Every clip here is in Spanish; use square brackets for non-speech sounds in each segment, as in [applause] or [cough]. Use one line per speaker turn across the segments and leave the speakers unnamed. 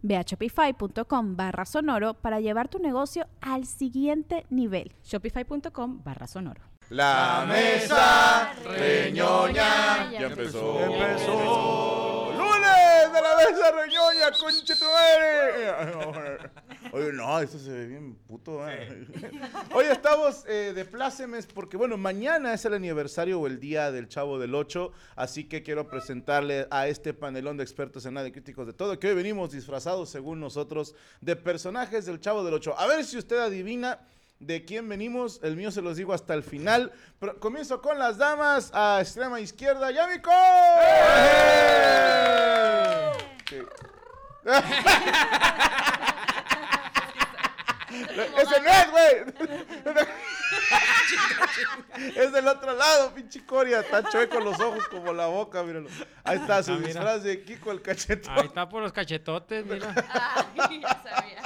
Ve a shopify.com barra sonoro para llevar tu negocio al siguiente nivel.
Shopify.com barra sonoro.
La mesa reñoña ya empezó. Ya empezó. ¡Lunes de la mesa reñoña, conche tu madre! [laughs] Oye, no, eso se ve bien puto. ¿eh? Hoy estamos eh, de plácemes porque, bueno, mañana es el aniversario o el día del Chavo del 8, así que quiero presentarle a este panelón de expertos en nada y críticos de todo, que hoy venimos disfrazados, según nosotros, de personajes del Chavo del 8. A ver si usted adivina de quién venimos. El mío se los digo hasta el final. Pero comienzo con las damas. A extrema izquierda, Yamiko. Sí. [laughs] Ese no es, güey. [laughs] es del otro lado, pinche Coria. Está chueco los ojos como la boca, míralo. Ahí está su
Ah, mira.
disfraz de Kiko el cachetón.
Ahí está por los cachetotes, mira.
[laughs] Ay, ya sabía.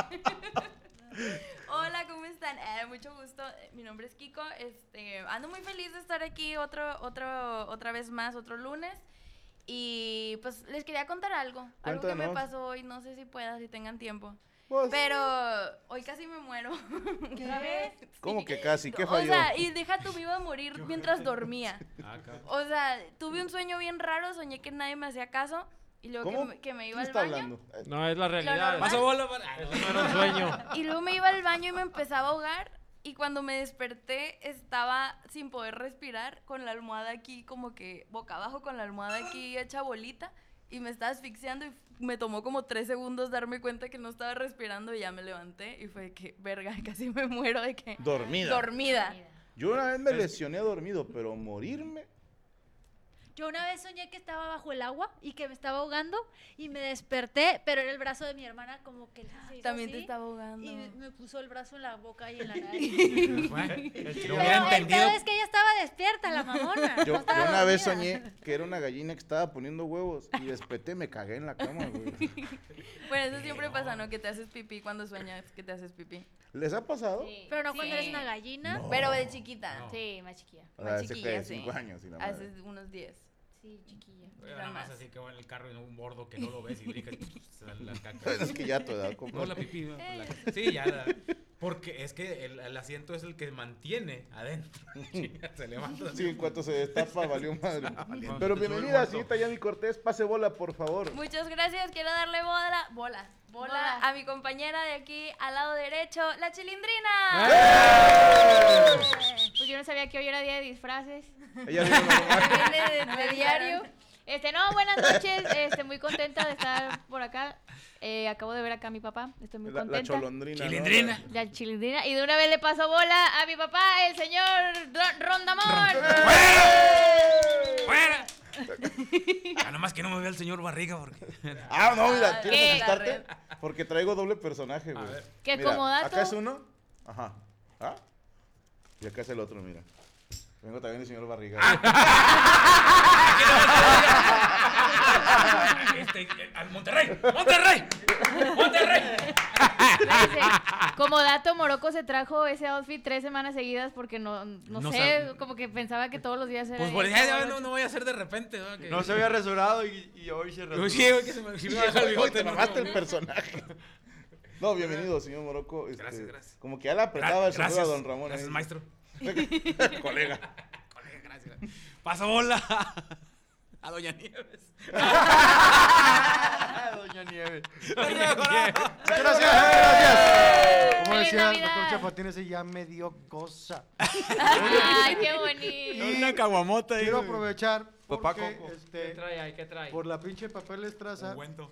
[laughs] Hola, ¿cómo están? Eh, mucho gusto. Eh, Mi nombre es Kiko. Este, ando muy feliz de estar aquí otro, otro, otra vez más, otro lunes. Y pues les quería contar algo. Algo que me
Cuéntanos.
pasó hoy. No sé si pueda, si tengan tiempo.
Pues,
Pero hoy casi me muero. [laughs] ¿Otra vez?
¿Cómo que casi? ¿Qué
O
falló?
sea, y deja tu viva morir mientras dormía.
Ah,
O sea, tuve un sueño bien raro, soñé que nadie me hacía caso y luego que
¿Cómo?
me, que me
¿Quién
iba al
está
baño.
hablando?
No, es la realidad.
normal. Paso
bola, Ah, Eso no era un
[laughs]
sueño.
Y luego me iba al baño y me empezaba a ahogar. Y cuando me desperté, estaba sin poder respirar, con la almohada aquí, como que boca abajo, con la almohada aquí hecha bolita. Y me estaba asfixiando y f- me tomó como tres segundos darme cuenta que no estaba respirando y ya me levanté y fue que, verga, [laughs] casi me muero de que...
Dormida.
Dormida.
Yo una vez me lesioné dormido, pero morirme.
Yo una vez soñé que estaba bajo el agua y que me estaba ahogando y me desperté, pero era el brazo de mi hermana como que se hizo
También te
así,
estaba ahogando.
y me puso el brazo en la boca y en la nariz.
[laughs]
Yo
pero
hubiera
el
entendido.
peor es que ella estaba despierta, la mamona.
Yo,
no estaba
yo una vez
dormida.
soñé que era una gallina que estaba poniendo huevos y desperté me cagué en la cama, güey.
Bueno, eso siempre pasa, ¿no? Que te haces pipí cuando sueñas que te haces pipí.
¿Les ha pasado?
Pero no cuando
Sí.
eres una gallina.
Pero de chiquita.
Sí, más chiquilla.
O sea,
Más
hace que
chiquilla, sí.
cinco años y la madre.
Hace unos 10.
Sí, chiquilla.
Era nada más así que va en el carro en un bordo que no lo ves y [laughs] brincas y sale la caca.
Pues es que ya a tu edad, compa.
No, la pipí. ¿no? La caca. Sí, ya. la- Porque es que el, el asiento es el que mantiene
[laughs]
adentro. Chinga, Se levanta así.
Sí, en cuanto se destapa, valió madre.
Valiente.
Pero
Te sube el
bienvenida,
muerto.
señorita Yami Cortés, pase bola, por favor.
Muchas gracias, quiero darle bola, bola, bola,
Bola.
a mi compañera de aquí al lado derecho, la chilindrina.
¡Eh!
Pues yo no sabía que hoy era día de disfraces.
Ella
[laughs]
vino nomás.
Que viene de, de diario.
Este, no, buenas noches. Este, muy contenta de estar por acá. Eh, acabo de ver acá a mi papá. Estoy muy
la, la
contenta.
cholondrina. ¿no?
Chilindrina.
La chilindrina. Y de una vez le paso bola a mi papá, el señor Ro- Rondamón.
¡Fuera! Ah, nomás que no me vea el señor Barriga porque. [laughs]
Ah, no, mira, ¿quieres
¿Qué?
asustarte? Porque traigo doble personaje, güey.
ver.
Que
Mira,
como dato-
Acá es uno. Ajá. ¿Ah? Y acá es el otro, mira. Vengo también el señor Barriga.
Este, al Monterrey, Monterrey, Monterrey.
Dice,
Ah.
Como dato, Morocco se trajo ese outfit tres semanas seguidas porque no, no,
No
sé,
sab-
como que pensaba que todos los días era.
Pues
el
por ya, ya,
Chavo del
no,
Ocho.
no voy a hacer de repente. No, Que-
No se había
[laughs]
rasurado y, y hoy se rasuró.
Yo sí, güey, que se me, si me baja el
Oye,
bigote.
te
no,
mamaste
no.
el personaje. No, bienvenido, señor Morocco. Este,
Gracias, gracias.
Como que ya le apretaba el
Gra-
saludo a don Ramón. ¿eh?
Gracias,
ahí.
maestro.
Colega.
Colega, gracias. Paso bola a Doña Nieves.
[laughs]
Doña Nieve.
Doña Nieves.
Gracias, gracias.
Como
¡Feliz
decía el
Navidad!
doctor Chapatín, ese ya me dio cosa.
[laughs] Ay, qué bonito.
una caguamota. ahí,
Quiero
güey.
aprovechar
Papá
porque,
Coco.
este,
¿Qué trae ahí? ¿Qué trae?
por la pinche papel estraza.
Cuento.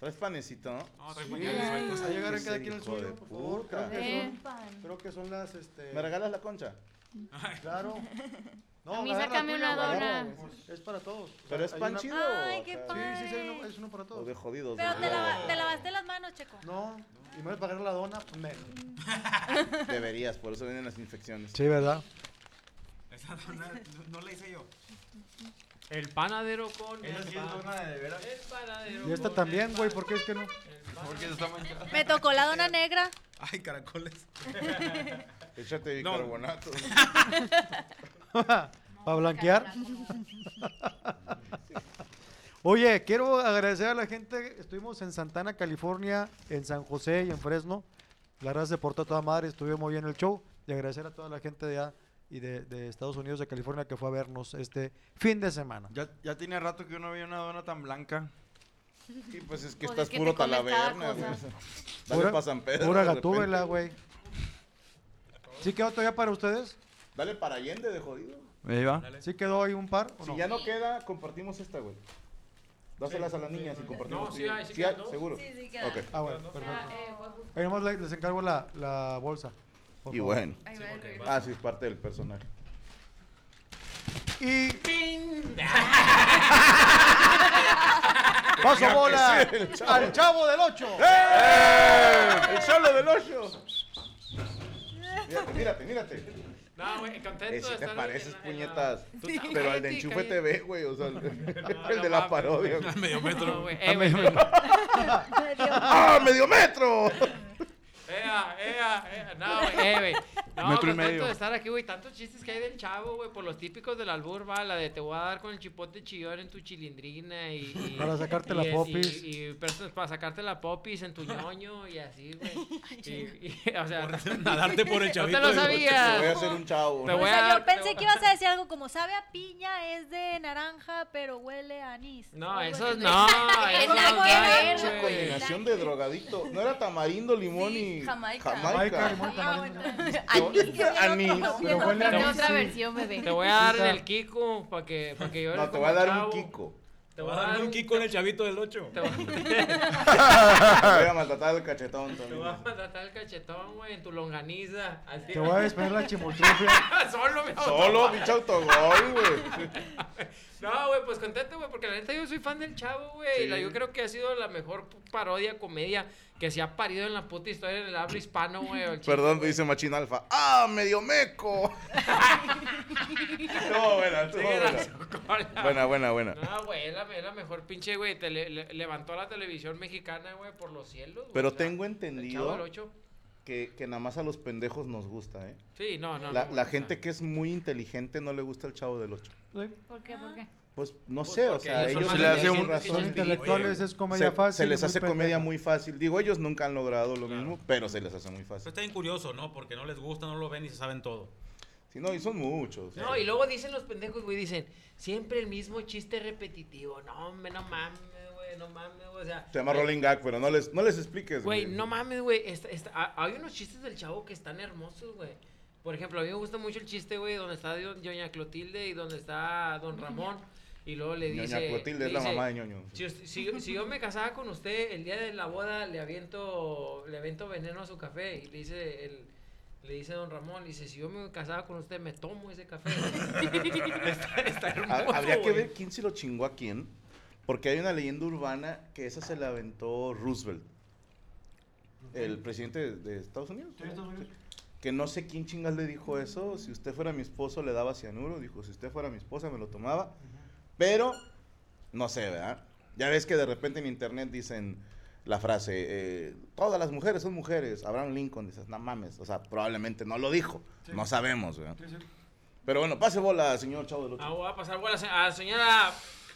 Traes panecito, ¿no?
No,
Sí,
trae pañales sueltos.
va a llegar en cada
Ese
quien el
hijo de
suyo, por favor.
puta.
Creo que,
Eh.
son, creo que son las, este...
¿Me regalas la concha?
[laughs]
Claro.
A mí
agarra
sácame
tuya,
una
agarra,
dona.
güey. Es para todos. O sea,
¿Pero es
hay
pan
una-
chido?
Ay,
o
qué
acá?
padre.
Sí, sí, sí, hay uno- es uno para
O
todos.
de jodidos.
Pero
de
te,
jodidos.
lava- te lavaste las manos, Checo.
No, y más para agarrar la dona, pues
[laughs]
menos.
Deberías, por eso vienen las infecciones.
Sí, ¿verdad?
Esa dona no, no la hice yo.
El panadero con
Esa
el
sí es
pan.
dona de veras.
El panadero
Y esta
con
también,
el
güey,
pan.
¿por qué es que no?
Porque se está manchando.
Me tocó la dona negra.
Ay, caracoles.
Échate
No.
bicarbonato.
[laughs] ¿Para blanquear? [laughs] Oye, quiero agradecer a la gente. Estuvimos en Santana, California, en San José y en Fresno. La raza se portó a toda madre, estuvimos muy bien el show. Y agradecer a toda la gente de allá y de, de Estados Unidos, de California, que fue a vernos este fin de semana.
Ya, ya tenía rato que yo no veía una dona tan blanca.
[laughs]
Y pues es que
Pues
estás
es que
puro
te comes cada
talaverna, güey.
cosa.
Dale para San Pedro.
Pura
de repente.
gatúbela, güey. ¿Sí quedó todavía para ustedes?
Dale para Allende de jodido.
Ahí va.
¿Ah? ¿Sí quedó ahí un par? o
Si
no?
ya no queda, compartimos este. esta, güey. Dáselas a las niñas y compartimos.
No, sí hay, sí
hay,
quedan dos.
seguro.
Sí, eh, sí, queda.
Ok.
Ah, bueno, perfecto. Ahí nomás le- les encargo la, la bolsa. por
Y
favor.
bueno.
Ahí va el regreso.
Ah, sí, es parte del personaje.
Y. ¡Paso bola! ¡Al chavo del 8!
¡El ¡Eh! solo del ocho! Mírate, mírate, mírate.
No, güey,
[laughs]
contento
Eh,
de
si te
estar
pareces,
en- en- [laughs]
puñetas.
Tú también,
Pero al de
cállate,
Enchufe
cállate.
TV, güey. O
[laughs]
sea, el, el
no
de la
mames.
parodia. güey.
Medio
No,
metro.
güey, eh, güey, güey.
[laughs] ¡Ah, medio metro!
Ea, ea, ea. No,
[laughs]
güey, eh, güey. No,
Metro y
contento
medio.
de estar aquí, güey. Tantos chistes que hay del chavo, güey. Por los típicos del albur, va. La de te voy a dar con el chipote chillón en tu chilindrina y... y-
Para sacarte la
y- y-
popis.
Y, y personas para sacarte la popis en tu ñoño y así,
[laughs]
güey. Y- y- o sea...
A darte
[laughs]
por el chavito.
lo
del coche.
sabía.
Voy a ser un chavo.
Te
O
voy
sea,
a-
yo pensé que ibas a decir algo como sabe a piña, es de naranja, pero huele a anís.
No,
Algo
esos
así.
no.
[laughs] Es
Esos
la
no, güey.
buena,
Combinación de drogadito. No era tamarindo, limón
Sí,
y.
Jamaica.
Jamaica, limón,
Ah,
tamarindo.
bueno.
Yo- Anís.
Pero huele
Dame
a anís,
otra
sí.
versión, bebé.
Te voy a dar en el Kiko para que, para que llores
No, te
como
voy a dar
chavo.
un Kiko.
Te voy a dar un Kiko.
con el chavito del 8.
[laughs]
Te voy-
Te voy a maltratar el cachetón
te voy a
también.
matar el cachetón, güey, en tu longaniza. Así.
Te voy a despedir la chimoltrufia.
[laughs] Solo, mi
Solo, pinche autogol, güey.
No, güey, pues contento, güey, porque la neta yo soy fan del chavo, güey. y la- Yo creo que ha sido la mejor parodia, comedia que se ha parido en la puta historia del habla hispano,
[laughs]
güey. o el chiste,
Perdón,
güey.
dice Machín Alfa. ¡Ah, medio meco! Estuvo buena, estuvo
Sigue la
buena.
chocola.
Buena, buena, buena.
No, güey, es la, es la mejor pinche, güey. te le- le- levantó a la televisión mexicana, güey, por los cielos. güey,
Pero
o sea,
tengo
el Chavo del
entendido
Ocho.
que, que nada más a los pendejos nos gusta, ¿eh?
Sí, no, no.
La,
no,
la
güey,
gente
o
que es muy inteligente no le gusta el chavo del 8.
¿Por qué? ¿Por qué?
Pues no
Pues
sé, o
porque
sea,
ellos
ellos
son
se le
más
hace
tienen
un-
razón.
Son
Oye,
intelectuales,
güey.
es comedia
se,
fácil.
se les
muy
hace
pendeja.
comedia muy fácil. Digo, ellos nunca han logrado lo
Claro.
mismo, pero se les hace muy
Pero
fácil.
está bien curioso, ¿no? Porque no les gusta, no lo ven y se saben todo.
Si no, y son muchos.
sea. Pues, No, y luego dicen los pendejos, güey, dicen, siempre el mismo chiste repetitivo. No, hombre, no mames, güey, no mames, güey. O sea,
Se llama Rolling Gag, pero no les, no les expliques,
eh, Güey, no mames, güey. esta- esta- ha- hay unos chistes del chavo que están hermosos, güey. Por ejemplo, a mí me gusta mucho el chiste, güey, donde está Don- Doña Clotilde y donde está Don Ramón. Y luego le
Ñoña
dice...
Clotilde
le
es la
dice,
mamá de Ñoño.
Si, us- si- si yo me casaba con usted, el día de la boda le aviento, le aviento veneno a su café. Y le dice el, le dice don Ramón, le dice, si yo me casaba con usted, me tomo ese
[laughs]
café. [laughs] está, está
Ha-
hermoso,
Habría que
güey.
ver quién se lo chingó a quién. Porque hay una leyenda urbana que esa se la aventó Roosevelt, el presidente de, de Estados Unidos.
Sí, Estados Unidos.
Que no sé quién chingas le dijo eso. Si usted fuera mi esposo, le daba cianuro. Dijo, si usted fuera mi esposa, me lo tomaba. Pero, no sé, ¿verdad? Ya ves que de repente en internet dicen la frase, eh, todas las mujeres son mujeres. Abraham Lincoln, dices, no mames. O sea, probablemente no lo dijo. No sabemos, ¿verdad? Pero bueno, pase bola, señor Chavo del Ocho.
Ah, voy a pasar bolas a la señora...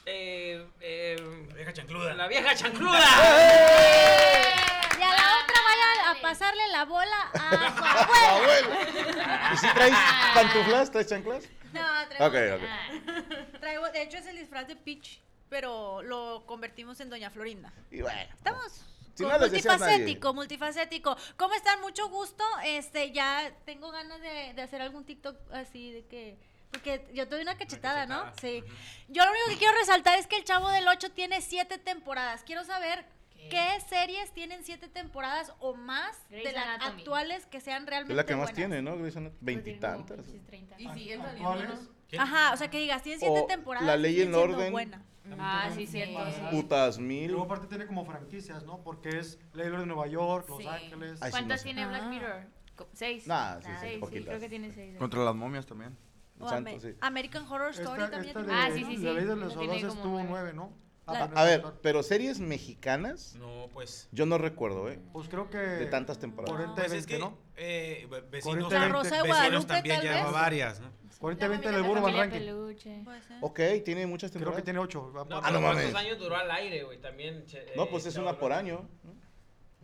eh, eh,
La vieja chancluda.
La vieja chancluda.
[laughs]
Y a la otra vaya a pasarle la bola a su
Tu
abuela.
abuelo. ¿Y si traes pantuflas? ¿Traes chanclas?
[laughs] No,
Ok,
traigo,
ok.
traigo- de hecho es el disfraz de Peach, pero lo convertimos en Doña Florinda.
Y bueno.
Estamos
Si
con-
no les decías a nadie.
multifacético, multifacético. ¿Cómo están? Mucho gusto. Este, ya tengo ganas de, de hacer algún TikTok así de que. Porque yo tuve una cachetada, ¿no? Sí. Yo lo único que quiero resaltar es que El Chavo del 8 tiene siete temporadas. Quiero saber qué, series tienen siete temporadas o más de
Grey's
las
Anatomy.
actuales que sean realmente
Es la que más
buenas.
tiene, ¿no? Grey's Anatomy, Veintitantas. Ah,
Y
Ah,
siguen saliendo.
¿Cuáles?
Ajá, o sea, que digas, tienen siete
O
temporadas.
La Ley en
siguen siendo
Orden.
buena.
Ah, sí, cierto.
Putas mil.
Luego aparte tiene como franquicias, ¿no? Porque es Laylor de Nueva York, Los
Sí.
Ángeles.
Ay, sí, no
¿Cuántas
sé.
tiene Black
Ah.
Mirror? Co- Seis.
Nah, sí, sí,
Seis,
poquitas.
creo que tiene seis.
Contra las momias también.
O
Santo,
Amer-
sí.
American Horror
Esta-
Story también.
esta
tiene-
de
Ah, sí, sí,
La
sí.
Ley de
Esa
los
tiene
Audaces
como
tuvo
nueve.
nueve, ¿no? Ah,
La-
pero
A
no
ver,
tanto.
pero series mexicanas,
No, pues.
yo no recuerdo, ¿eh?
Pues creo que...
De tantas temporadas.
40
Pues
20,
es que.
¿no?
eh, ve- vecinos,
La
Rosa de
vecinos
Guadalupe,
también
tal
lleva
vez.
varias, ¿no?
40 20 en el
La
Burbank
familia
Ranking.
peluche.
Puede ser.
Ok, tiene muchas
Creo
temporadas.
que tiene 8.
No,
Ah,
pero
no
¿cuántos
mames.
años duró al aire, güey? También. che- eh,
No, pues es
Chavo
una
del
por
Ocho.
año.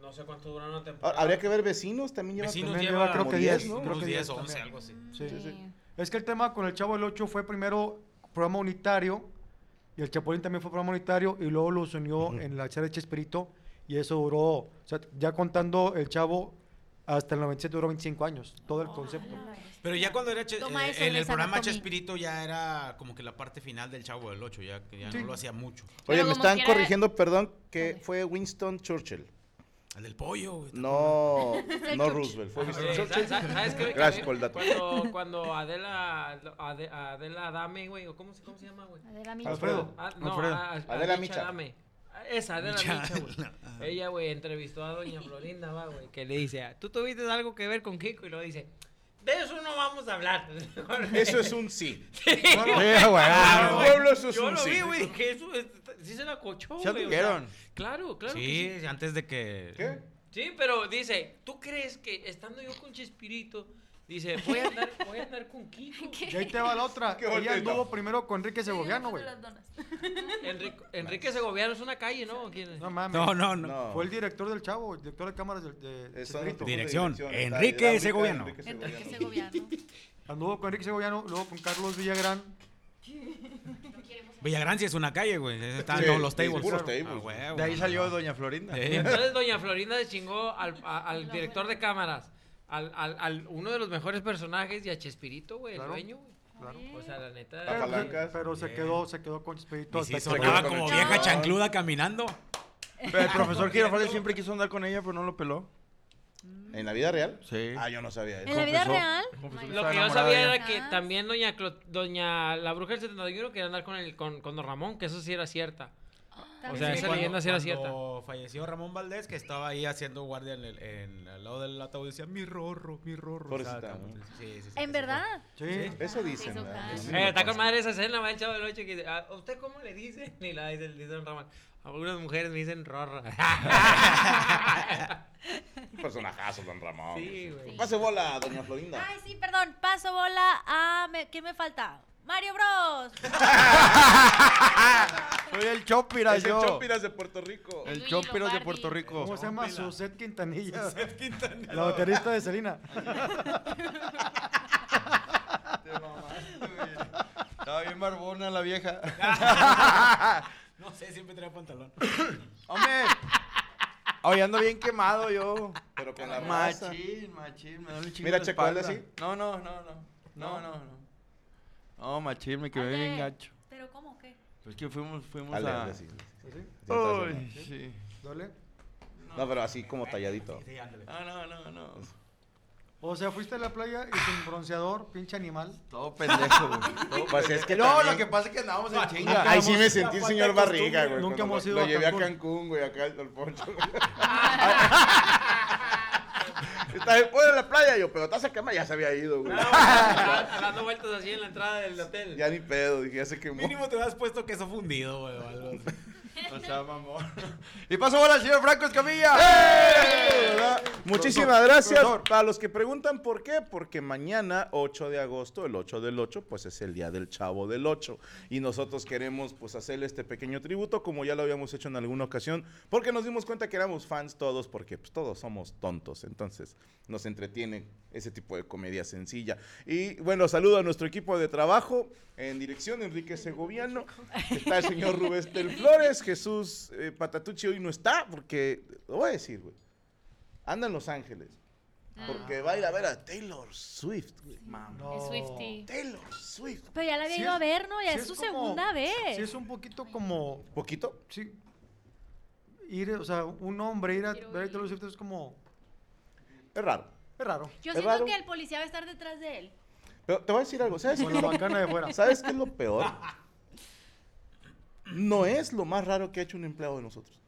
No sé cuánto duró una temporada.
Ahora, Ah, Habría que ver vecinos, también lleva
Vecinos
también
lleva,
lleva creo
como
que
10,
diez, ¿no?
unos
Creo que
10 o
diez
11,
también.
algo así.
Sí, sí, sí. Es que el tema con el Chavo del 8 fue primero programa unitario y el Chapulín también fue programa unitario y luego los unió en la charla de Chespirito y eso duró, o sea, ya contando el Chavo hasta el 97 duró 25 años, todo el concepto.
Pero ya cuando era che-
Toma
eh,
eso,
en el
Grey's
programa
Anatomy.
Chespirito ya era como que la parte final del Chavo del 8, ya, que ya
Sí.
no lo hacía mucho.
Pero
Oye, me
como
están
quiera-
corrigiendo, perdón, que fue Winston Churchill.
El del pollo, güey. Ah,
No,
[laughs]
no
Churchill.
Roosevelt, fue Winston
Eh,
Churchill.
¿sabes- sabes qué?
Gracias por el dato.
Cuando, cuando Adela, Ade- Adela Dame, güey, o ¿cómo, se- ¿cómo se llama, güey?
Adela Micha.
Alfredo.
Ah, no,
Alfredo.
a- a-
Adela Micha.
Dame. Ah, Esa, Adela
Micha.
Micha, güey. Ella, güey, entrevistó a doña Florinda, va, güey, que le dice, ah, ¿tú tuviste algo que ver con Kiko? Y luego dice, de eso no vamos a hablar.
Ah, Eso es un sí.
Ah,
El
güey.
pueblo eso es
Yo
un
lo vi,
sí.
güey, dije, eso es- sí se la cochó,
¿Se
güey. o sea,
atuvieron?
claro, claro que sí.
Sí, antes de que...
¿Qué?
Sí, pero dice, ¿tú crees que estando yo con Chespirito, dice, voy a andar, voy a andar con
[laughs]
Kiko?
Y ahí te va la
[laughs]
otra.
Qué
Ella
bonito.
anduvo primero con Enrique Segoviano, güey.
[laughs] Enrique, Enrique Segoviano es una calle, ¿no? ¿O quién es?
No mames.
No, no, no.
No.
Ah, Fue el director del Chavo, el director de cámaras del de, de
Eso no
Chespirito.
te puse
Dirección,
está,
Enrique
ahorita
Segoviano.
Enrique
Enrique
Segoviano.
Segoviano.
Anduvo con Enrique Segoviano, luego con Carlos Villagrán.
Villagrán sí es una calle, güey. Están
Sí,
todos los
sí,
tables.
puros
Ah,
tables.
huevo.
De ahí salió Doña Florinda.
Eh,
Entonces doña Florinda se chingó al, a- al director de cámaras, al, al, al uno de los mejores personajes y a Chespirito, güey,
Claro.
el dueño, güey.
Claro.
O sea, la neta.
La
Pero,
palanca.
pero se
Bien.
quedó, se quedó con Chespirito.
Y sí,
hasta que-
sonaba
No.
como vieja chancluda caminando.
Pero el
[laughs]
profesor Girafales siempre quiso andar con ella, pero no lo peló.
¿En la vida real?
Sí.
Ah, yo no sabía
En la
eso.
vida
Confesó.
real,
Pues,
Confesó
Lo
estaba
que yo
enamorada
sabía
de ella.
era que también doña, Clo- doña la bruja del 71 quería andar con, el, con, con don Ramón, que eso sí era cierta. O sea,
Sí,
esa
cuando-
leyenda sí era cierta.
cuando falleció Ramón Valdés, que estaba ahí haciendo guardia en el, en- al lado del ataúd, decía, mi rorro, mi rorro. O sea,
Pobrecita,
como-
¿no?
sí, sí, sí,
en
sí,
verdad.
Sí.
Ah,
Eso dicen.
Eso
¿verdad?
está.
Sí,
Eh,
me
está
pasa.
con madre esa escena, va el chavo del 8 que dice, "Ah, ¿usted cómo le dice? [laughs] Y la dice, dice don Ramón, algunas mujeres me dicen
[laughs]
rorra.
Un personajazo, Pues, don Ramón.
sí, güey.
Pase bola, doña Florinda.
Ay, sí, perdón. Paso bola a. me- ¿Qué me falta? Mario Bros.
Oh.
Soy el Chopira,
es el
yo.
Chompiras de Puerto Rico.
El
Luis
Chopira de
Lombardi.
Puerto Rico.
¿Cómo se llama? Suset Quintanilla.
Seth Quintanilla.
La baterista
[laughs]
de Selena.
Estaba bien barbona la vieja.
[laughs] No sé, siempre traía pantalón. [coughs]
Hombre. Oye, ando bien quemado yo.
Pero con la raza.
Machín, machín, me duele un chingo
Mira,
la
Checo, hazle
espalda.
así.
No, no, no, no. No, no, no. No, machín, me quedé
Hazle.
bien gacho.
¿Pero cómo? ¿Qué?
Es que fuimos, fuimos
Dale,
a.
dale, sí.
¿Sí?
Uy, sí.
¿Dole?
No, pero así como talladito.
Sí, ándale.
Ah,
No, Ah, no, no, no.
O sea, fuiste a la playa y sin bronceador, pinche animal.
Todo Oh, pendejo,
[laughs]
güey. Todo
Pues es que
pendejo. no,
también-
lo que pasa es que andábamos en
nunca
chinga.
Ahí sí
hemos-
me sentí el
falta
señor
de costumbre,
Barriga, güey.
nunca
cuando
hemos ido
Lo
a
llevé a
Cancún.
Cancún, güey, acá el Don Poncho.
[laughs]
Está después de la playa, yo, pero estás a cama, ya se había ido, güey.
[laughs] Dando vueltas así en la entrada del hotel.
Ya ni pedo, dije, ya se quemó.
Mínimo te has puesto queso fundido, güey, o algo así.
[laughs] O sea, mamón. Y paso bola al señor Franco Escamilla.
¿verdad? Muchísimas gracias. Para los que preguntan por qué, porque mañana, 8 de agosto, el 8 del 8, pues es el día del chavo del 8. Y nosotros queremos pues hacerle este pequeño tributo, como ya lo habíamos hecho en alguna ocasión, porque nos dimos cuenta que éramos fans todos, porque pues, todos somos tontos. Entonces, nos entretiene ese tipo de comedia sencilla. Y bueno, saludo a nuestro equipo de trabajo en dirección Enrique Segoviano. Está el señor Rubén del Flores, Jesús eh, Patatucci hoy no está, porque lo voy a decir, güey. Anda en Los Ángeles. Porque va a ir a ver a Taylor Swift, güey.
Es Swiftie.
Taylor Swift.
Pero ya la había
Sí
ido a
es-
ver, ¿no? Ya
sí
es su
como-
segunda vez.
Sí, es un poquito como.
¿Poquito?
Sí. Ir, o sea, un hombre ir a ver a Taylor Swift es como.
Es raro.
Es raro.
Yo
Es
siento
raro.
que el policía va a estar detrás de él.
Pero te voy a decir algo, ¿sabes?
Con
qué es
la
lo-
bacana de fuera.
¿Sabes qué es lo peor? No es lo más raro que ha hecho un empleado de nosotros.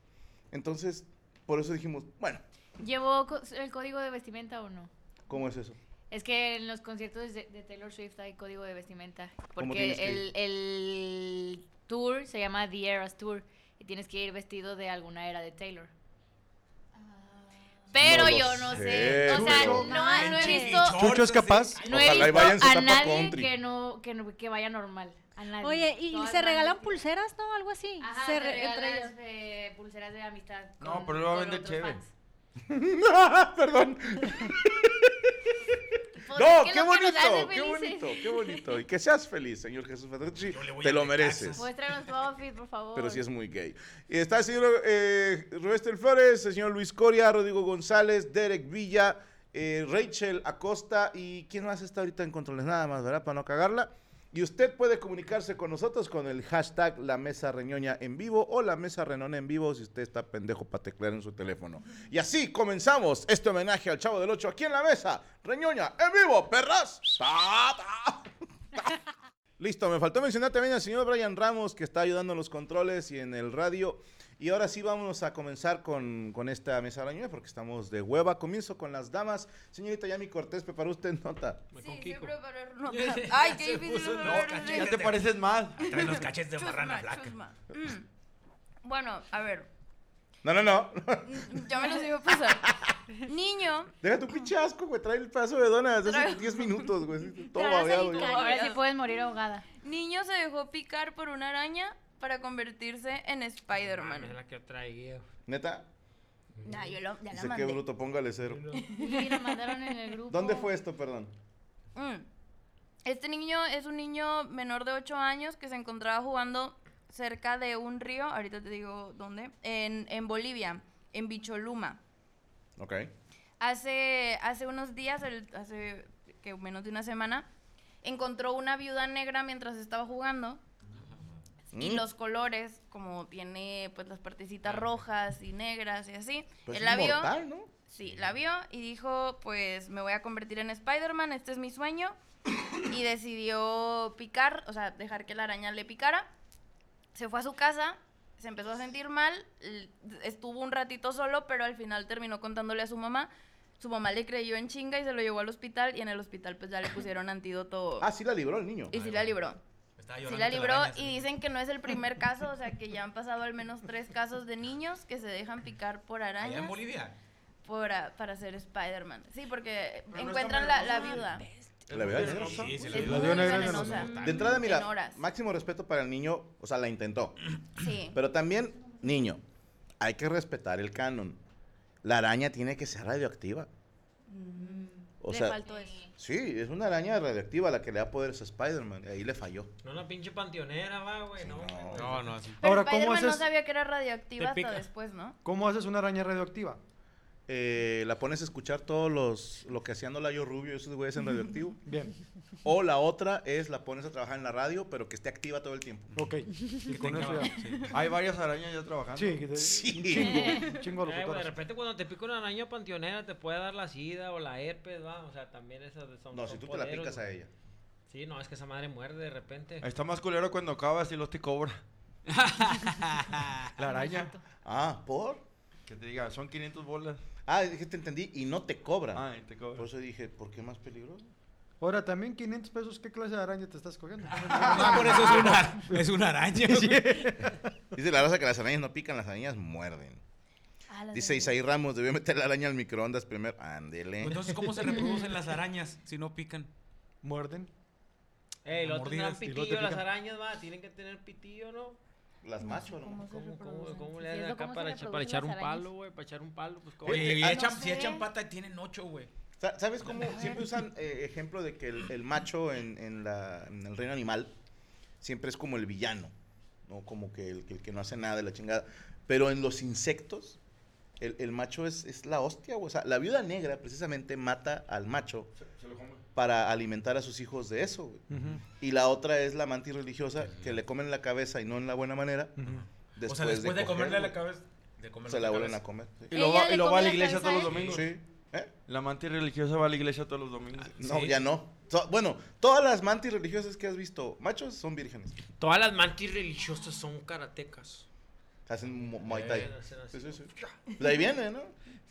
Entonces, por eso dijimos, bueno,
¿Llevó co- el código de vestimenta o no?
¿cómo es eso?
Es que en los conciertos de, de Taylor Swift hay código de vestimenta. Porque
tienes que
el, el tour se llama The Eras Tour y tienes que ir vestido de alguna era de Taylor. Pero
Ah. No lo
yo no sé.
sé,
O sea,
Chucho.
no, no he visto,
Chucho es capaz.
no he
Ojalá y
visto
vayan su
a
etapa
nadie
country.
que, no, que, no- que vaya normal. A nadie.
Oye, ¿y
Todas
se
van
regalan
vestidas.
pulseras, no? Algo así.
Ajá,
se
se
re- entre
regalan
ellos.
eh, pulseras de amistad.
No,
con-
pero luego
con
vende
otros
cheve.
[laughs]
fans.
Perdón.
Pues es
No, qué
que lo que nos
bonito,
hace
qué
felices.
bonito, qué bonito. Y que seas feliz, señor Jesús Patrici,
Yo le voy
te
a
lo
Texas.
mereces.
Muéstranos tu outfit, por favor.
Pero sí es muy gay. Y está el señor eh, Rubén Flores, el señor Luis Coria, Rodrigo González, Derek Villa, eh, Rachel Acosta y quién más está ahorita en controles, nada más, ¿verdad? Para no cagarla. Y usted puede comunicarse con nosotros con el hashtag La Mesa Reñoña en vivo o La Mesa Renona en vivo si usted está pendejo para teclear en su teléfono. Y así comenzamos este homenaje al Chavo del Ocho aquí en La Mesa Reñoña en vivo, perras. Ta, ta. Listo, me faltó mencionar también al señor Brian Ramos que está ayudando en los controles y en el radio. Y ahora sí vamos a comenzar con, con esta mesa araña porque estamos de hueva. Comienzo con las damas. Señorita Yami Cortés, preparó usted nota.
Me
Pues
Sí,
con
sí,
Kiko.
preparar una. [laughs] Ay,
[laughs]
qué
Se
difícil
puso
preparar
loca,
una.
chica.
Ya te pareces más.
Trae los cachetes de marrana
Chusma,
flaca.
chusma. Mm. Bueno, a ver,
No, no, no. [laughs]
mm, ya me los digo
[laughs]
pasar. Niño,
Deja tu pinche asco, güey. Trae el pedazo de dona desde hace
Traigo-
10 minutos, güey. así, Todo
Traigo
babeado.
aceite.
güey.
Ahora sí puedes morir ahogada.
niño se dejó picar por una araña para convertirse en
Mames,
Spider-Man.
la que traía.
Neta.
Nah, yo lo- Ah, ya la
Dice qué
mandé.
bruto, póngale cero.
Y lo mandaron en el grupo.
¿Dónde fue esto, perdón?
Mm. Este niño es un niño menor de 8 años que se encontraba jugando cerca de un río, ahorita te digo dónde, en, en Bolivia, en Bicholuma.
Ok.
Hace, hace unos días, el- hace que menos de una semana, encontró una viuda negra mientras estaba jugando. Y
Mm. Ah.
los colores, como tiene pues las partecitas rojas y negras y así.
Pues
él
es
la vio.
mortal, ¿no?
Sí, la vio y dijo, pues me voy a convertir en Spider-Man, este es mi sueño. Y decidió picar, o sea, dejar que la araña le picara. Se fue a su casa, se empezó a sentir mal, l- estuvo un ratito solo, pero al final terminó contándole a su mamá. Su mamá le creyó en chinga y se lo llevó al hospital y en el hospital pues ya le pusieron antídoto
[coughs] Ah, sí la libró el niño.
y sí la libró.
Estaba
Sí
llorando
la
que
libró
araña se
y dicen que no es el primer caso, o sea que ya han pasado al menos tres casos de niños que se dejan picar por
Allá en
arañas
Bolivia.
para, para ser Spider-Man. Sí, porque
Pero no
encuentran
está
la,
muy
la
mal.
viuda.
La verdad, ¿no?
Sí, se
Es
la
muy
libró.
negra
venenosa.
De entrada, mira,
En horas.
máximo respeto para el niño, o sea, la intentó.
Sí.
Pero también, niño, hay que respetar el canon. La araña tiene que ser radioactiva. O
Le
sea,
faltó eso.
sí, es una araña radioactiva la que le da poderes a Spider-Man. y Ahí le falló.
No la pinche panteonera, va, güey. No,
no.
güey.
No, no, sí.
Pero
Ahora, ¿cómo
Spider-Man no
haces-
sabía que era
Te
radioactiva hasta
pica.
después, ¿no?
¿Cómo haces una araña radioactiva?
Eh, la pones a escuchar todos los lo que hacían Olayo Rubio y esos
[laughs]
güeyes en radioactivo.
Bien,
O la otra es la pones a trabajar en la radio, pero que esté activa todo el tiempo.
ok. Y
Que
con
tenga-
eso ya.
sí.
Hay varias arañas ya trabajando.
Sí, que te-
Sí.
un chingo,
[laughs]
un chingo a los
Eh, güey, de
locutores.
repente cuando te pica una araña panteonera te puede dar la sida o la herpes, va. O sea, también esas son
No,
son
si tú te la
poderos,
picas a
güey.
ella.
Sí, no, es que esa madre muerde de repente.
Está más culero cuando cavas y los te
[laughs]
cobra. La araña.
Ah, ¿por?
Que te diga, son 500 bolas.
Ah, es que te entendí y no te cobra.
Ah, y te cobra.
Por eso dije, ¿por qué más peligroso?
Ahora, también 500 pesos, ¿qué clase de araña te estás cogiendo?
[laughs] Ah, por eso es una, es una
[laughs]
araña. güey.
Dice la raza que las arañas no pican, las arañas muerden.
Ah, las
Dice Isaí Ramos, debió meter la araña al microondas primero. Ándele.
Entonces, ¿cómo se reproducen las arañas si no pican?
Muerden.
Ey, luego
mordidas,
tendrán
y luego te
pitillo las
pican.
arañas, va. Tienen que tener pitillo, ¿no?
Las macho, ¿no?
¿Cómo se
¿Cómo, cómo,
reproducen?
cómo
Sí,
le
es
dan
lo
acá
cómo se
para, echa- para
reproducen
echar un
las arañas.
palo, güey? Para echar un palo, pues ¿cómo?
Oye,
ah,
echan-
no
si
sé.
echan pata, tienen ocho, güey.
Sa- ¿Sabes cómo? Siempre usan eh, ejemplo de que el, el macho en, en la- en el reino animal siempre es como el villano, ¿no? Como que el, que el que no hace nada de la chingada. Pero en los insectos el, el macho es, es la hostia, güey. O sea, la viuda negra precisamente mata al macho para alimentar a sus hijos de eso, güey. Y la otra es la mantis religiosa que le comen la cabeza y no en la buena manera. Después
o sea, después de,
coger,
comerle
güey.
la cabeza. De comerle
Se la
cabeza.
vuelven a comer. sí.
Y lo,
Ella
va,
le
y lo
come
va a
la
la iglesia
cabeza
todos los
a él.
domingos.
Sí. ¿Eh?
La amante religiosa va a la iglesia todos los domingos.
No,
Sí.
ya no. To- bueno, todas las mantis religiosas que has visto, machos, son vírgenes.
Todas las mantis religiosas son karatecas.
Hacen mu- muay thai.
Eh, hacen así.
Sí, sí, sí. Pues De ahí viene, ¿no?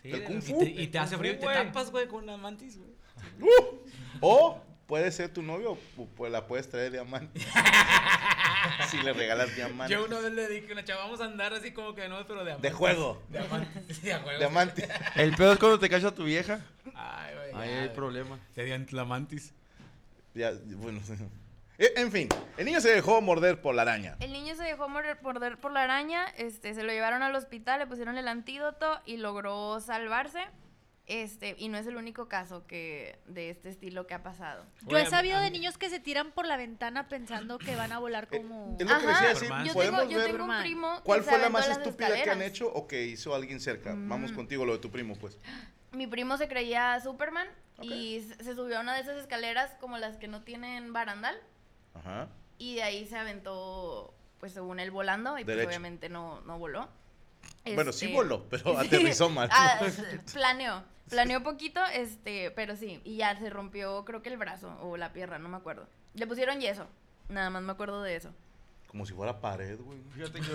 Sí,
el
de-
kung
y
fu.
te- Y te hace
Kung
frío
fu,
y te
güey.
tapas, güey, con una mantis, güey.
¡Uh! O puede ser tu novio, o pues la puedes traer de
[laughs]
amante. si le regalas diamante.
Yo una vez le dije a una chava, vamos a andar así como que no, pero de amante.
De juego.
De amante. Sí, de juego.
De
[laughs]
amante.
[laughs] El pedo es cuando te cacha tu vieja.
Ay, güey.
Ahí
ya,
hay
güey.
problema.
Te dieron la mantis.
Ya, bueno. Pues, E- En fin, el niño se dejó morder por la araña.
El niño se dejó morder- morder por la araña, este, se lo llevaron al hospital, le pusieron el antídoto y logró salvarse. Este, y no es el único caso que de este estilo que ha pasado.
Yo he
Oye, a-
sabido
a
de
mí-
niños que se tiran por la ventana pensando que van a volar como...
Eh, Es lo que
Ajá.
decía, sí,
Superman.
Yo tengo,
podemos
yo
ver
tengo un primo que
cuál
se
fue la
aventó
más
a las
estúpida que han
escaleras. Mm.
hecho o que hizo alguien cerca. Vamos contigo, lo de tu primo, pues.
Mi primo se creía Superman
Ok.
y se se subió a una de esas escaleras como las que no tienen barandal
Ajá.
y de ahí se aventó, pues según él volando y pues,
Derecho.
obviamente no, no voló.
Bueno, sí
Este,
voló,
[laughs]
pero aterrizó mal. [laughs]
Ah, s- planeó, planeó poquito, este, pero sí, y ya se rompió creo que el brazo o la pierna, no me acuerdo. Le pusieron yeso, nada más me acuerdo de eso.
Como si fuera pared, güey.
Fíjate que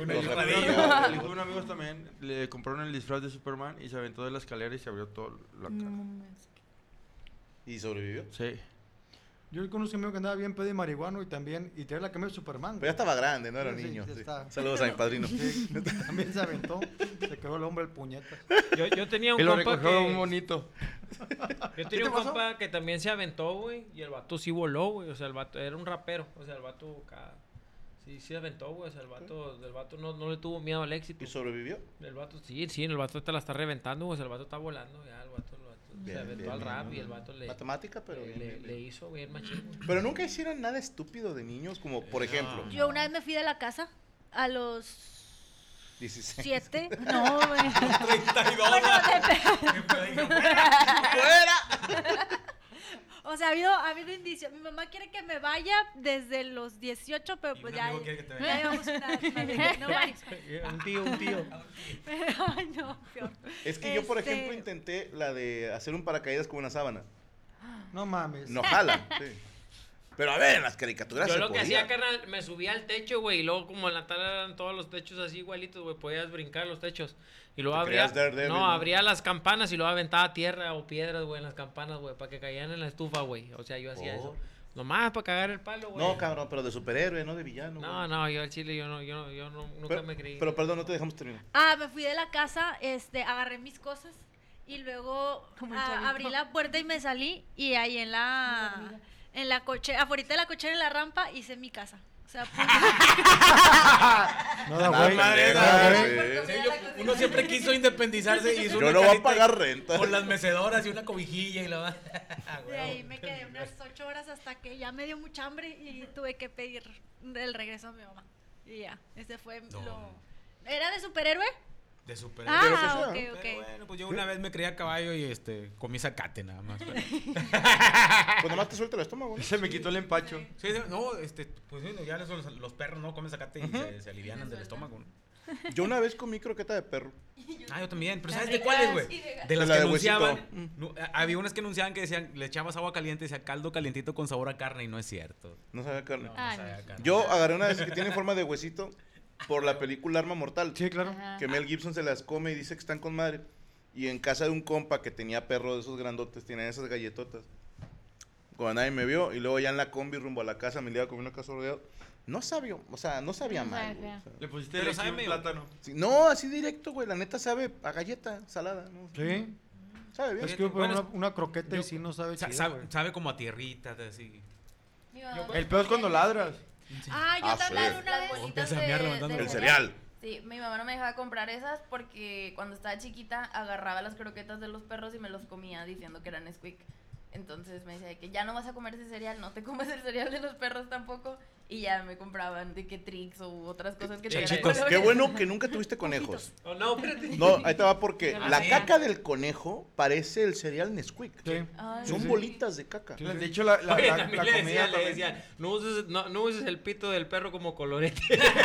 Una
Los
yodadilla.
recuerdos.
le un amigo también, le compraron el disfraz de Superman y se aventó de la escalera y se abrió todo la cara.
¿Y sobrevivió? Pero [laughs]
Sí.
Yo conozco a un amigo que andaba bien pedo y marihuano y también, y traía la camisa de Superman.
ya estaba grande, no era un
Sí,
niño.
ya
sí.
está.
Saludos a mi padrino.
Sí, también se aventó, se quedó el hombre el puñeta.
Yo, yo tenía
Y
un
lo
compa
recogió un
que,
bonito.
[laughs] yo tenía un
pasó?
compa que también se aventó, güey, y el vato sí voló, güey, o sea, el vato era un rapero, o sea, el vato acá, sí, sí se aventó, güey, o sea, el vato, el vato no, no le tuvo miedo al éxito.
¿Y sobrevivió?
El vato, sí, sí, el vato te la está reventando, güey, o sea, el vato está volando, ya, el vato, el vato
Bien,
se aventó
bien,
al
bien,
rap
bien,
y el
bien.
vato le,
Matemática, pero
le,
bien,
le-
bien,
le
bien.
hizo, güey, el machín, güey.
Pero nunca hicieron nada estúpido de niños, como por ejemplo,
Yo una vez me fui de la casa
[laughs]
a los
16. [laughs]
siete. No, güey.
32.
Bueno,
güey.
O sea, ha habido, ha habido indicios. Mi mamá quiere que me vaya desde los 18, pero
Y
pues
un
ya.
amigo quiere que te
ya
vaya.
llevamos una.
[laughs]
una vida, no, varios.
Un tío, un tío.
Ay, no, peor.
[laughs] Es que yo, por
Este-
ejemplo, intenté la de hacer un paracaídas con una sábana.
No mames.
No
[laughs]
jala. sí. Pero a ver, en las caricaturas
Yo
se
lo que
Pues podía.
hacía, carnal, me subía al techo, güey, y luego como en la tarde eran todos los techos así igualitos, güey, podías brincar los techos. Y luego
Te
abría,
creías Daredevil,
no,
¿no?
abría las campanas y luego aventaba tierra o piedras, güey, en las campanas, güey, para que caían en la estufa, güey. O sea, yo hacía
Por.
eso. Nomás para cagar el palo, güey.
No, cabrón, pero de superhéroe, no de villano.
No,
güey.
no, yo al chile, yo no, yo, no- yo no- nunca
Pero,
me creí.
pero perdón, no te dejamos terminar.
Ah, me fui de la casa, este, agarré mis cosas y luego
Como el
ah,
chavito.
abrí la puerta y me salí y ahí en la en la cochera, afuera de la cochera en la rampa hice mi casa.
[laughs]
O sea, puse-
No da
Nada,
güey.
madre,
No
nada,
da
Ah, güey.
güey.
En serio, Uno siempre quiso independizarse y hizo
Yo
una
no voy a
carita
pagar
y-
renta.
Con las mecedoras y una cobijilla y la va. [laughs] Ah,
de ahí me quedé unas ocho horas hasta que ya me dio mucha hambre y tuve que pedir el regreso a mi mamá. Y ya, ese fue
No.
lo ¿Era de superhéroe?
De super.
Ah, ok,
Pero
ok.
bueno, pues yo una vez me creía caballo y este comí zacate nada más.
[laughs]
pero-
Pues nomás te suelta el estómago. ¿no?
Se me quitó el empacho.
Sí, sí, no, este, pues bueno, ya los, los perros no comen zacate y se, se alivianan del estómago. ¿no?
Yo una vez comí croqueta de perro.
Ah, yo también. Pero
Las
¿sabes de
ricas
cuáles, güey?
y de-
De las
La
que
de huesito.
anunciaban. no, a- había unas que anunciaban que decían, le echabas agua caliente y decía caldo calientito con sabor a carne y no es cierto.
No sabía carne.
No, no
Ah,
sabe
no.
a carne.
Yo agarré una vez que tiene forma de huesito por la película Arma Mortal.
Sí, claro.
Ajá.
que Mel Gibson se las come y dice que están con madre. Y en casa de un compa que tenía perro de esos grandotes, tenía esas galletotas. Cuando nadie me vio, y luego ya en la combi rumbo a la casa, me iba a comer una casa rodeado. No sabía, o sea, no sabía
No
mal.
sabe
güey,
feo.
o sea.
Le pusiste
Pero
el
sabe medio-
plátano.
Sí, no, así directo, güey. La neta sabe a galleta salada. ¿no?
Sí.
Sabe bien.
Es que yo probé
Bueno,
una, una croqueta
yo-
y sí no sabe
Sa-
chido,
sabe,
güey.
sabe como a tierrita, así.
Mi mamá me
El peor es cuando ladras.
Ah, yo
Ah,
también
sí.
una vez.
bolitas
Empieza a mear levantando
El cereal.
Sí, mi mamá no me dejaba comprar esas porque cuando estaba chiquita agarraba las croquetas de los perros y me los comía diciendo que eran [laughs] Squeak. Entonces me decía de que ya no vas a comer ese cereal, no te comes el cereal de los perros tampoco. Y ya me compraban de que tricks o otras cosas que
Sí,
tenían
Eh, chicos, qué
colores. [laughs]
bueno que nunca tuviste conejos.
Oh, no, espérate.
No, ahí te va porque
Ah,
la
sí.
caca del conejo parece el cereal Nesquik.
Ay,
Son
sí.
bolitas de caca.
Pues, De hecho, la, la,
Oye,
la-
también
la
le
comida
decían, le
también-
decían, no uses, no, no uses el pito del perro como
[laughs]
colorete. [laughs]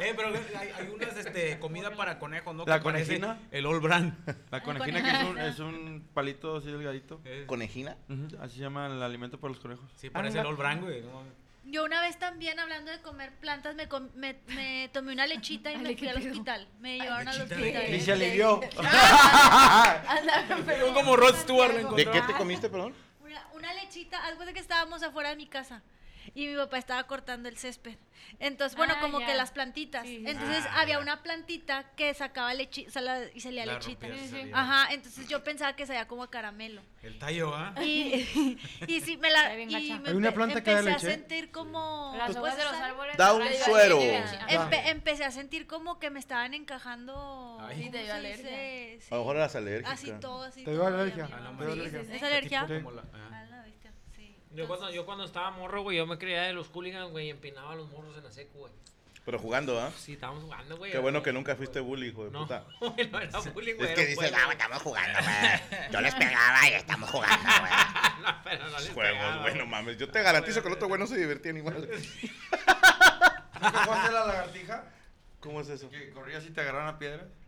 Eh, pero hay, hay unas este, comida para conejos, ¿no?
¿La
Que parece
conejina?
El All Brand.
Ah,
La conejina, que es un, es un palito así delgadito.
¿Conejina?
Ujú, Así se llama el alimento para los conejos.
Sí, parece el All Brand, güey. ¿no?
Yo una vez también, hablando de comer plantas, me, com- me, me tomé una lechita
[laughs]
y me fui al hospital. Me llevaron al
¿lechita
hospital.
de qué?
Y se alivió.
Andaba enfermo.
Como Rod Stewart lo encontró.
¿De qué te comiste, perdón?
Una, una lechita, algo de que estábamos afuera de mi casa y mi papá estaba cortando el césped. Entonces, bueno,
Ah,
como
ya.
que las plantitas.
Sí, sí, sí.
Entonces
Ah,
había
ya.
una plantita que sacaba lechita y salía
La
lechita.
rompías y
Sí, sí.
salía.
Ajá, entonces yo pensaba que salía como a caramelo.
El tallo, ¿ah?
Y, y sí, me
Está
la.
bien
Y
gacha.
me
Hay una
empe-
planta que da
empecé a
leche.
sentir como.
Las
pues,
hojas de los
¿sabes?
árboles.
Da un
Ay, ya,
suero.
ya, ya, ya.
Ah.
Empe- empecé a sentir como que me estaban encajando.
Ay.
¿cómo
Sí, te dio
se
alergia.
dice? Sí.
A lo mejor eras alérgica.
Así todo, así
Te dio
todo.
alergia.
ya,
Ah, no
mi
mames.
amor.
Sí,
Sí,
sí,
sí,
sí.
¿Es
Tipo
alergia?
como
Ah,
la- ah. ajá.
A la bestia, sí.
Yo cuando, yo cuando estaba morro, güey, yo me creía de los hooligans, güey, y empinaba a los morros en la secu, güey.
Pero jugando, ¿ah?
Sí, estábamos jugando, güey.
Qué bueno que nunca fuiste bully, hijo de
No,
puta.
[laughs] güey, no era bullying, güey.
Es
era
que
un
dices, "Ah,
juego,
no, estamos jugando, güey. Yo les pegaba y estamos jugando, güey.
No, pero no les
Juegos,
pegaba,
güey, no
güey.
mames. Yo te garantizo que el otro güey no se divertía ni mal.
¿Nunca jugaste la
[laughs]
lagartija?
¿Cómo es eso?
Que corrías y te agarraban a piedra.
A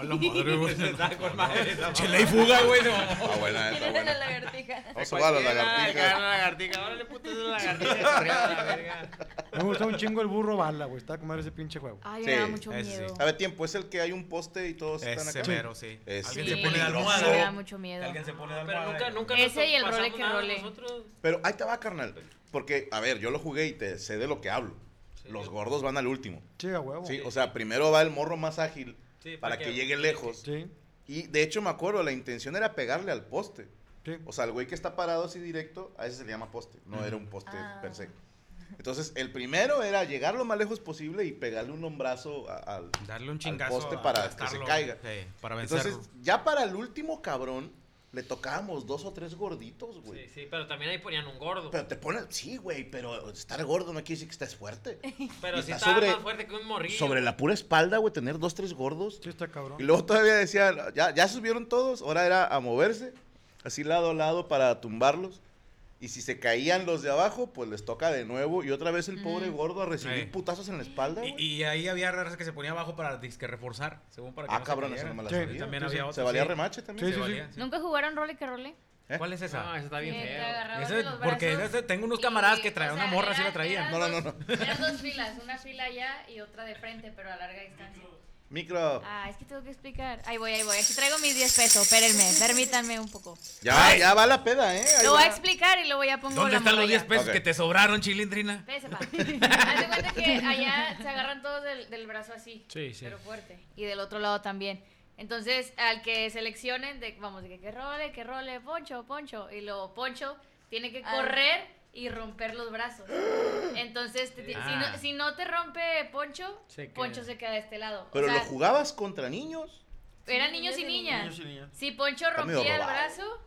Ah, la
[laughs]
madre, güey.
Estaba con
[laughs]
madre esa mamá.
Chile y fuga, güey. no.
Ah, buena,
¿Quién
está
era la
buena.
lagartija?
[laughs] Vamos a jugar a la
Cualquiera, agarra
lagartija.
la lagartija. Órale, puto, es la lagartija. y corría a la verga.
Me gusta un chingo el burro bala, güey. Está a comer ese pinche juego.
Ay,
Sí,
me da mucho
ese sí.
miedo.
A ver, tiempo, es el que hay un poste y todos están
Ese
acá.
mero, sí.
Ese
Alguien
Sí,
se pone de
Me da
almohada.
mucho miedo.
Alguien se pone de
Pero
almohada.
nunca, nunca
Ese
nos
y el role
pasamos
que
nada
role.
Nosotros.
Pero ahí te va, carnal. Porque, a ver, yo lo jugué y te sé de lo que hablo. Los gordos van al último.
Sí, a huevo.
Sí, o sea, primero va el morro más ágil
Sí,
para
porque-
que llegue lejos.
Sí,
Y de hecho me acuerdo, la intención era pegarle al poste.
sí.
O sea, el güey que está parado así directo, a ese se le llama poste, no era un poste
Ah.
per se. Entonces, el primero era llegar lo más lejos posible y pegarle un hombrazo a- al...
Darle un chingazo.
poste
a-
para
a
que se
gastarlo,
caiga.
sí, para vencerlo.
Entonces, ya para el último cabrón, le tocábamos dos o tres gorditos, güey.
Sí, sí, pero también ahí ponían un gordo.
Pero te pones, sí, güey, pero estar gordo no quiere decir que estés fuerte.
Pero
y
sí
está
estaba
sobre-
más fuerte que un morrillo.
Sobre la pura espalda, güey, tener dos, tres gordos.
Sí, está cabrón.
Y luego todavía decían, ya, ya subieron todos, ahora era a moverse, así lado a lado para tumbarlos. Y si se caían los de abajo, pues les toca de nuevo. Y otra vez el pobre gordo a recibir
Sí.
putazos en la espalda.
Y,
güey.
y ahí había raras que se ponía abajo para disque reforzar, según para que
ah,
no se
cabrón, esa
cayera.
no me la
Sí,
sabía.
También
Sí, sí.
había otra.
¿Se valía
sí.
remache
Sí,
también?
Sí,
se
sí,
valía, sí.
¿Nunca jugaron role que role?
¿Eh?
¿Cuál es
No,
esa?
ese está bien
Sí, te
feo.
agarraban
Ese-
de los
porque
brazos
ese- tengo unos
y-
camaradas que traían
o sea,
una morra, sí
era-
la traían.
eran
No, no, no,
dos- Eran dos filas, una fila allá y otra de frente, pero a larga distancia.
Micro.
Ah, es que tengo que explicar. Ahí voy, ahí voy. Aquí traigo mis 10 pesos. [laughs] Espérenme, permítanme un poco.
Ya, ya va la peda, ¿eh? Ahí
Lo voy a
va.
explicar y luego ya pongo
¿Dónde
la
están los
morra
10
ya.
pesos
Ok.
que te sobraron, chilindrina?
Espérese, pa. [laughs] Haz de cuenta que allá se agarran todos del, del brazo así.
Sí, sí.
Pero fuerte. Y del otro lado también. Entonces, al que seleccionen, de, vamos, de que, que role, que role, poncho, poncho. Y luego poncho tiene que
Ah.
correr y romper los brazos. Entonces, te ti- si,
Ah.
no, si no te rompe poncho,
Se queda.
poncho se queda de este lado. O
Pero
sea,
lo jugabas contra niños.
Eran niños y niñas.
Niños y niñas.
Si Poncho
Está medio
rompía el
robado.
brazo,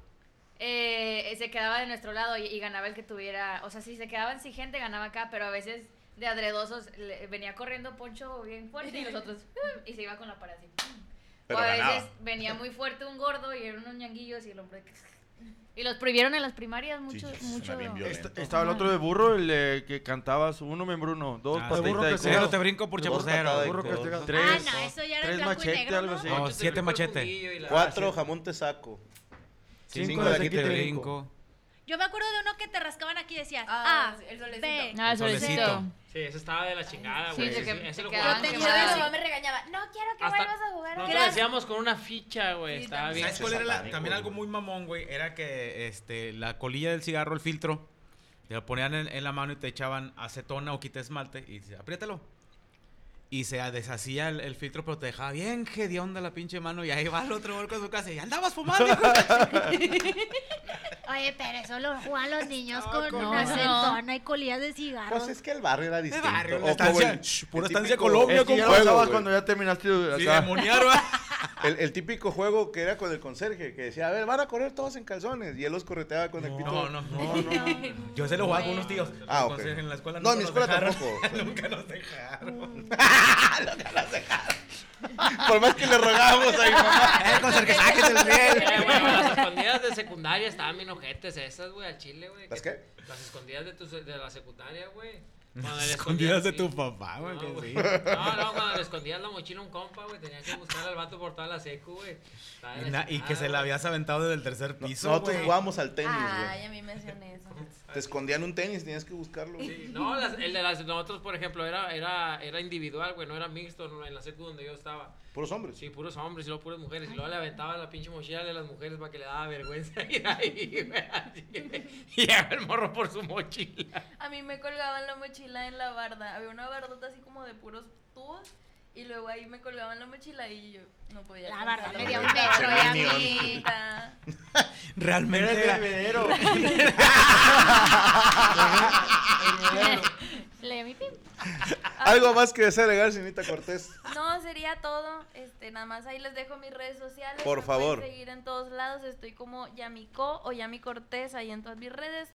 eh, se quedaba de nuestro lado y, y ganaba el que tuviera. O sea, si se quedaban sin gente, ganaba acá, pero a veces de adredosos le- venía corriendo Poncho bien fuerte y nosotros. "Ah", [laughs] y se iba con la pared así.
Pero
o a veces
ganaba.
venía muy fuerte un gordo y eran unos ñanguillos y el hombre. Y los prohibieron en las primarias mucho.
Sí, suena
mucho
bien violento.
Est- estaba el otro de burro, el eh, que cantabas uno membruno, dos
Ah,
patita
burro
de
que se-
codo,
Cero te brinco por
Dos
chapucero.
patadas de
güey.
burro que
codo,
esté-
tres,
Ah, no, eso ya era
tres
en blanco y
machete,
negro,
algo
¿no?
así.
No,
Poncho te
siete
brincó el
machete.
fundillo y la-
Cuatro jamón te saco.
Cinco
Cinco
de
de
aquí
aquí te
te
brinco.
Yo me acuerdo de uno que te rascaban aquí y decías,
Ah,
ah,
sí, el solecito.
B.
No,
El solecito. solecito.
Sí, ese estaba de la chingada,
Sí,
güey.
de
Sí,
que
sí,
te
ese lo
quedaban
Yo
jugaba
tenía
con
quemadas.
eso, mi
madre.
mamá me regañaba. No quiero que
Hasta-
vuelvas a jugar.
Nosotros
Gracias.
decíamos con una ficha, güey.
Sí,
Estaba
también.
bien.
¿Sabes cuál era la-
satánico,
también algo
güey.
muy mamón, güey? Era que este, la colilla del cigarro, el filtro, te lo ponían en, en la mano y te echaban acetona o quita esmalte y dices, apriétalo. Y se deshacía el, el filtro, pero te dejaba bien hedionda la pinche mano y ahí va el otro gol con su casa y andabas fumando. hijo de-".
[laughs]
Oye, pero eso lo juegan los niños
No,
con
con
una
eso.
acetona y colillas de
Pues
cigarros.
es que el barrio era distinto.
barrio, la
O como
estancia-
el-
Shh,
el
pura estancia
típico-
Es
Colombia,
que ya
con
lo
fuego,
usabas
güey.
cuando ya terminaste de-
Sí,
acá.
demoniar, ¿verdad?
[laughs] El, el típico juego que era con el conserje, que decía, a ver, van a correr todos en calzones. Y él los correteaba con el pito.
No, no, no, Yo se lo jugaba con unos tíos.
Ah,
Con-
ok.
En la escuela
No, en mi
nunca nos
escuela
dejaron. [laughs]
tampoco.
nunca nos dejaron.
Por más que le rogamos a mi
[laughs]
mamá.
Eh, conserje, sáquese el riel.
Eh, güey, las escondidas de secundaria estaban bien ojetes esas, güey, al chile, güey.
¿Las
que-
qué?
Las escondidas de, tu, se- de la secundaria, güey. Cuando
[laughs] Las
le escondías-
escondidas de
sí.
tu papá, Ah, güey,
No,
que
güey.
sí.
no, no, cuando le escondías la mochila a un compa, güey, tenía que buscar al vato por toda la secu, güey. Estaba de la
Y, na- y que
chingada,
se la
güey.
habías aventado desde el tercer piso.
Nosotros
güey.
jugábamos al tenis,
Ay,
güey.
a mí me hacían eso.
Te escondían un tenis, tenías que buscarlo.
Sí, No, las- el de las nosotros, por ejemplo, era, era, era individual, güey, no era mixto no, en la secu donde yo estaba.
Puros hombres.
Sí, puros hombres y luego puras mujeres. Y luego le aventaba la pinche mochila de las mujeres para que le daba vergüenza [laughs] ir ahí, güey. así que- Y llegaba el morro por su mochila.
A mí me colgaban la mochila en la barda. Había una bardota así como de puros tubos. Y luego ahí me colgaban la mochila y yo no podía.
La barda,
alcanzar
media un
mochila.
metro
ya,
La
mi-
mochilita.
Realmente.
Era
era-
el bebedero.
[laughs]
[laughs]
[laughs]
Le mi pip.
[laughs] Algo más que desagregar, señorita Cortés.
Ah, No, sería todo. Este, nada más ahí les dejo mis redes sociales.
Por
Me pueden
favor.
seguir en todos lados. Estoy como Yamico o Yami Cortés ahí en todas mis redes.